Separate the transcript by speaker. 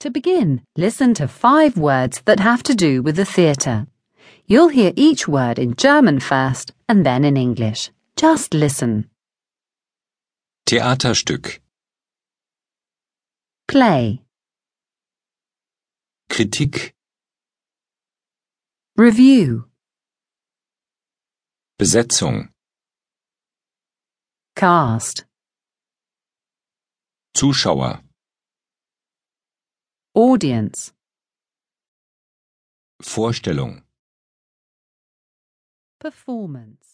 Speaker 1: To begin, listen to five words that have to do with the theatre. You'll hear each word in German first and then in English. Just listen.
Speaker 2: Theaterstück,
Speaker 1: Play.
Speaker 2: Kritik,
Speaker 1: Review.
Speaker 2: Besetzung,
Speaker 1: Cast.
Speaker 2: Zuschauer,
Speaker 1: Audience.
Speaker 2: Vorstellung.
Speaker 1: Performance.